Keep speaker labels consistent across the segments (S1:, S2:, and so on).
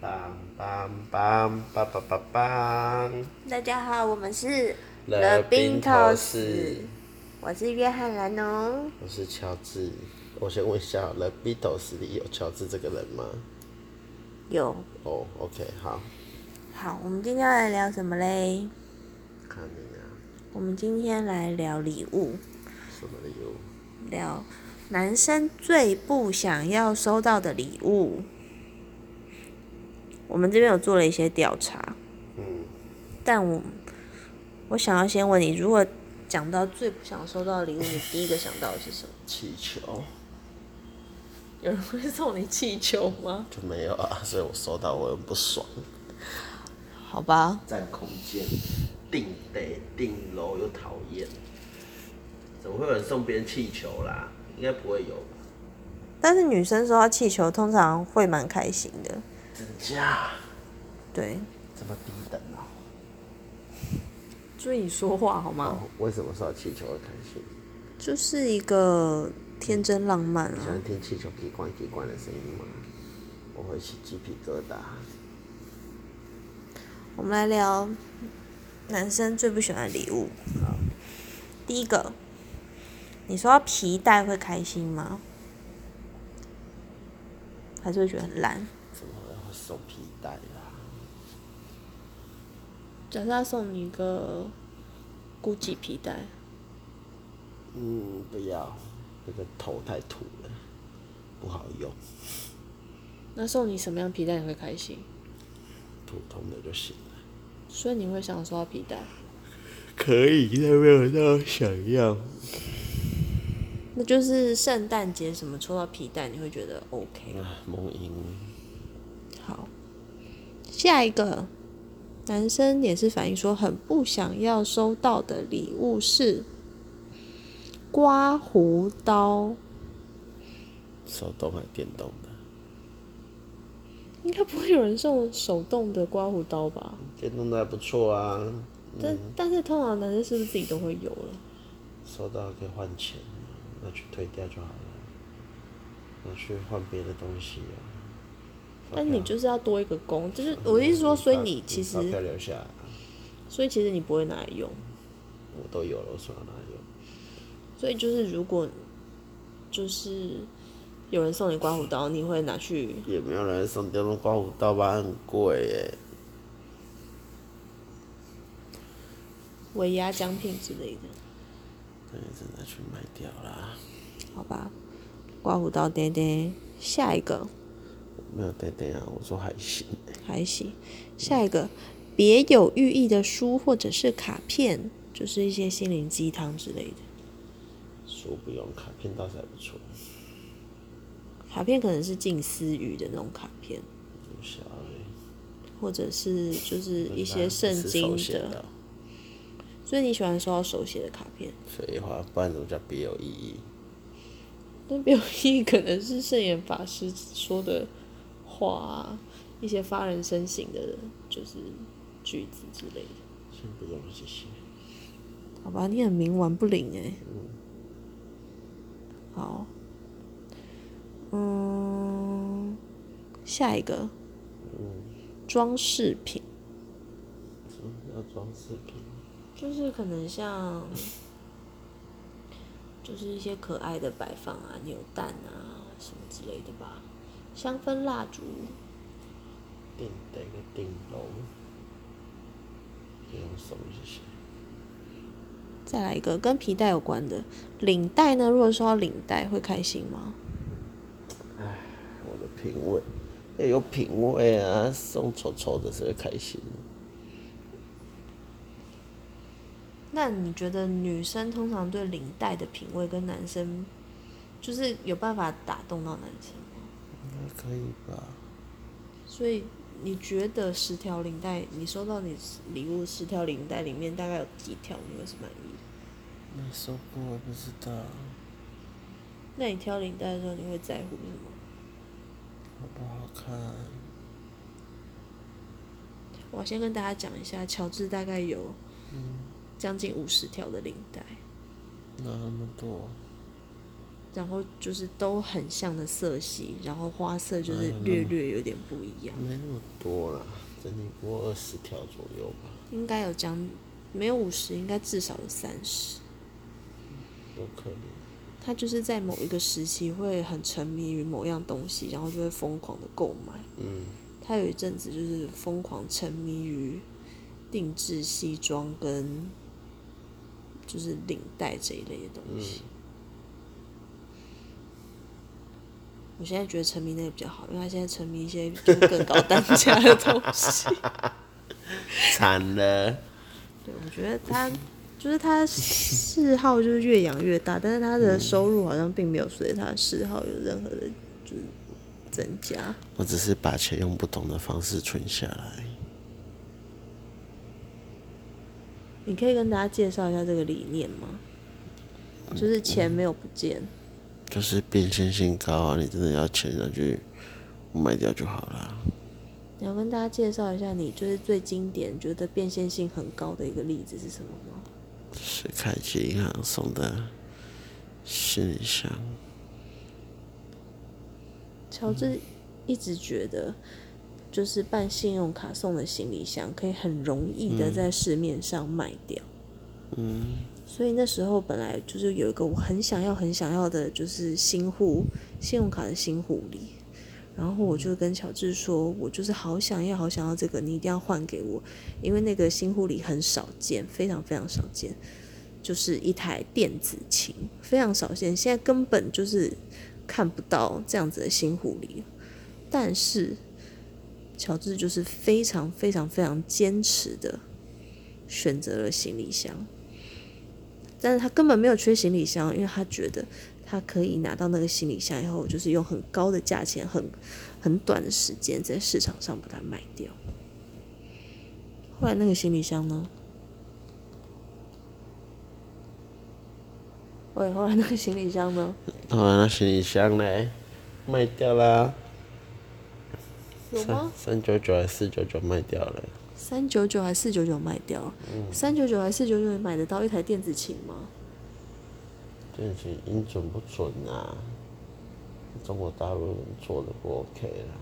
S1: 梆梆梆梆梆梆梆，
S2: 大家好，我们是
S1: The Beatles
S2: 我是约翰兰哦农。
S1: 我是乔治。我先问一下，The Beatles 里有乔治这个人吗？
S2: 有，
S1: 哦、o k 好，
S2: 好，我们今天要来聊什么嘞？
S1: 看你啊，
S2: 我们今天来聊礼物，
S1: 什么礼物？
S2: 聊男生最不想要收到的礼物。我们这边有做了一些调查，
S1: 嗯，
S2: 但我我想要先问你，如果讲到最不想收到的礼物，你第一个想到的是什么？
S1: 气球
S2: 有人会送你气球吗？
S1: 就没有啊，所以我收到我很不爽。
S2: 好吧，
S1: 占空间，定得定楼又讨厌，怎么会有人送别人气球啦？应该不会有吧？
S2: 但是女生收到气球通常会蛮开心的，
S1: 真假？
S2: 对。
S1: 这么低等啊？
S2: 注意说话好吗？
S1: 哦，为什么收到气球会开心？
S2: 就是一个天真浪漫
S1: 喜
S2: 啊，
S1: 欢听气球滴灌滴灌的声音吗？我会起鸡皮疙瘩。
S2: 我们来聊男生最不喜欢的礼物。第一个，你收到皮带会开心吗？还是会觉得很烂？
S1: 怎么会送皮带啊啦？
S2: 假设他送你一个 GUCCI 皮带，
S1: 嗯，不要，那个头太土了，不好用，
S2: 那送你什么样皮带你会开心？
S1: 普通的就行了。
S2: 所以你会想收到皮带，
S1: 可以，但没有到想要。
S2: 那就是圣诞节什么抽到皮带你会觉得 OK。
S1: 啊，梦莹，
S2: 好，下一个男生也是反映说很不想要收到的礼物是刮胡刀，
S1: 手动还是电动的？
S2: 应该不会有人送手动的刮胡刀吧？
S1: 电动的还不错啊，
S2: 但但是通常男生是不是自己都会有了？
S1: 收到可以换钱，拿去退掉就好了，拿去换别的东西啊。
S2: 但你就是要多一个工，就是我的意思说，所以你其实
S1: 发，票留下来啊，
S2: 所以其实你不会拿来用，
S1: 我都有了，我手上哪有？
S2: 所以就是如果就是有人送你刮胡刀，你会拿去
S1: 也没有人送电动刮胡刀吧，很贵耶。
S2: 尾牙奖品之类的。
S1: 那也只能去卖掉啦。
S2: 好吧，刮胡刀爹爹，下一个
S1: 没有等等啊，我说还行。
S2: 还行，下一个别有寓意的书或者是卡片，就是一些心灵鸡汤之类的。
S1: 书不用卡片倒是还不错，
S2: 卡片可能是近思语的那种卡片，
S1: 不晓得。
S2: 或者是就是一些
S1: 那
S2: 圣
S1: 是啊
S2: 经
S1: 手写
S2: 的。，所以你喜欢收到手写的卡片，
S1: 废话，不然怎么叫别有意义？
S2: 但别有意义可能是圣严法师说的话啊，一些发人深省的，就是句子之类的。
S1: 先不用了，谢谢。
S2: 好吧，你很冥顽不灵哎、好，嗯，下一个，装饰品，
S1: 嗯要装饰品，
S2: 就是可能像，就是一些可爱的摆放啊，扭蛋啊什么之类的吧，香氛蜡烛，
S1: 定的一个定楼，不用送谢谢。
S2: 再来一个跟皮带有关的领带呢？如果收到领带会开心吗？
S1: 我的品味，要有品味啊！送丑丑的才会开心。
S2: 那你觉得女生通常对领带的品味跟男生，就是有办法打动到男生吗？
S1: 应该可以吧？
S2: 所以你觉得十条领带，你收到你礼物十条领带里面大概有几条你会是满意的？
S1: 没收过，我不知道。
S2: 那你挑领带的时候你会在乎什么？
S1: 好不好看？
S2: 我先跟大家讲一下，乔治大概有将近五十条的领带，
S1: 哪那么多？
S2: 然后就是都很像的色系，然后花色就是略略有点不一样，
S1: 没那么多啦，整理过二十条左右吧，
S2: 应该有将没有五十，应该至少有三十。
S1: 有可能。
S2: 他就是在某一个时期会很沉迷于某样东西，然后就会疯狂的购买。
S1: 嗯，
S2: 他有一阵子就是疯狂沉迷于定制西装跟就是领带这一类的东西。我现在觉得沉迷那个比较好，因为他现在沉迷一些就更高单价的东西。
S1: 惨了，
S2: 对，我觉得他就是他嗜好就是越养越大，但是他的收入好像并没有随着他的嗜好有任何的就是增加。
S1: 我只是把钱用不同的方式存下来。
S2: 你可以跟大家介绍一下这个理念吗？就是钱没有不见，
S1: 就是变现性高啊，你真的要钱那就卖掉就好了。
S2: 你要跟大家介绍一下你就是最经典觉得变现性很高的一个例子是什么吗？
S1: 是凯基银行送的行李箱，
S2: 乔治一直觉得，就是办信用卡送的行李箱可以很容易的在市面上卖掉。嗯，所以那时候本来就是有一个我很想要、很想要的，就是新户信用卡的新护理。然后我就跟乔治说，我就是好想要、好想要这个，你一定要换给我，因为那个新护理很少见，非常非常少见，就是一台电子琴，非常少见，现在根本就是看不到这样子的新狐狸，但是乔治就是非常非常非常坚持的选择了行李箱，但是他根本没有缺行李箱，因为他觉得他可以拿到那个行李箱以后，就是用很高的价钱、很很短的时间在市场上把它卖掉。后来那个行李箱呢？喂，后来那个行李箱呢？
S1: 当然啊那行李箱嘞，卖掉啦，
S2: 有吗
S1: 三？三九九还是四九九卖掉了，
S2: 三九九还四九九卖掉，
S1: 嗯
S2: 三九九还四九九买得到一台电子琴吗？
S1: 这些音准不准啊？中国大陆做的不 OK 啦，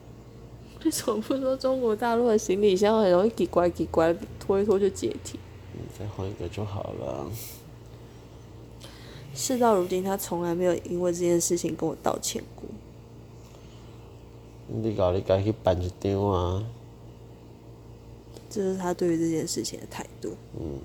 S2: 为什么不说中国大陆的行李箱很容易给乖给乖，拖一拖就解体？
S1: 你再换一个就好了。
S2: 事到如今，他从来没有因为这件事情跟我道歉过。
S1: 你搞你家去办一张啊，
S2: 这是他对于这件事情的态度。嗯，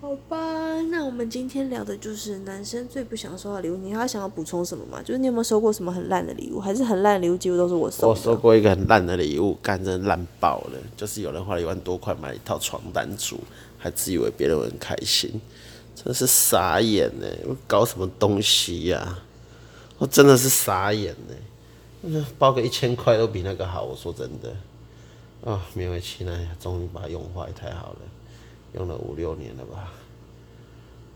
S2: 好吧，那我们今天聊的就是男生最不想收到的礼物。你还想要补充什么吗？就是你有没有收过什么很烂的礼物？还是很烂的礼物几乎都是我送的？啊
S1: 我收过一个很烂的礼物，干真的烂爆了。就是有人花了一万多块买一套床单组，还自以为别人会很开心，真是傻眼呢！我搞什么东西呀、我真的是傻眼呢。那包个一千块都比那个好，我说真的。啊、勉为其难，终于把它用坏，太好了，用了五六年了吧，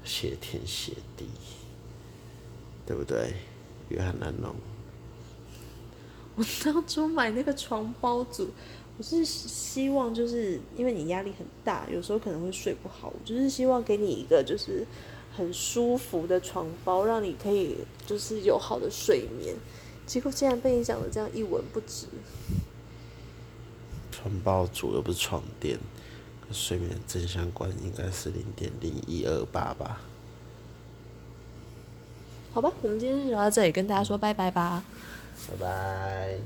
S1: 谢天谢地，对不对？约翰南龙。
S2: 我当初买那个床包组， 我是希望就是因为你压力很大，有时候可能会睡不好，我就是希望给你一个就是很舒服的床包，让你可以就是有好的睡眠。结果竟然被你讲的这样一文不值，
S1: 床包组又不是床垫，跟睡眠的正相关应该是零点零一二八吧。
S2: 好吧，我们今天就聊到这里，跟大家说拜拜吧。
S1: 拜拜。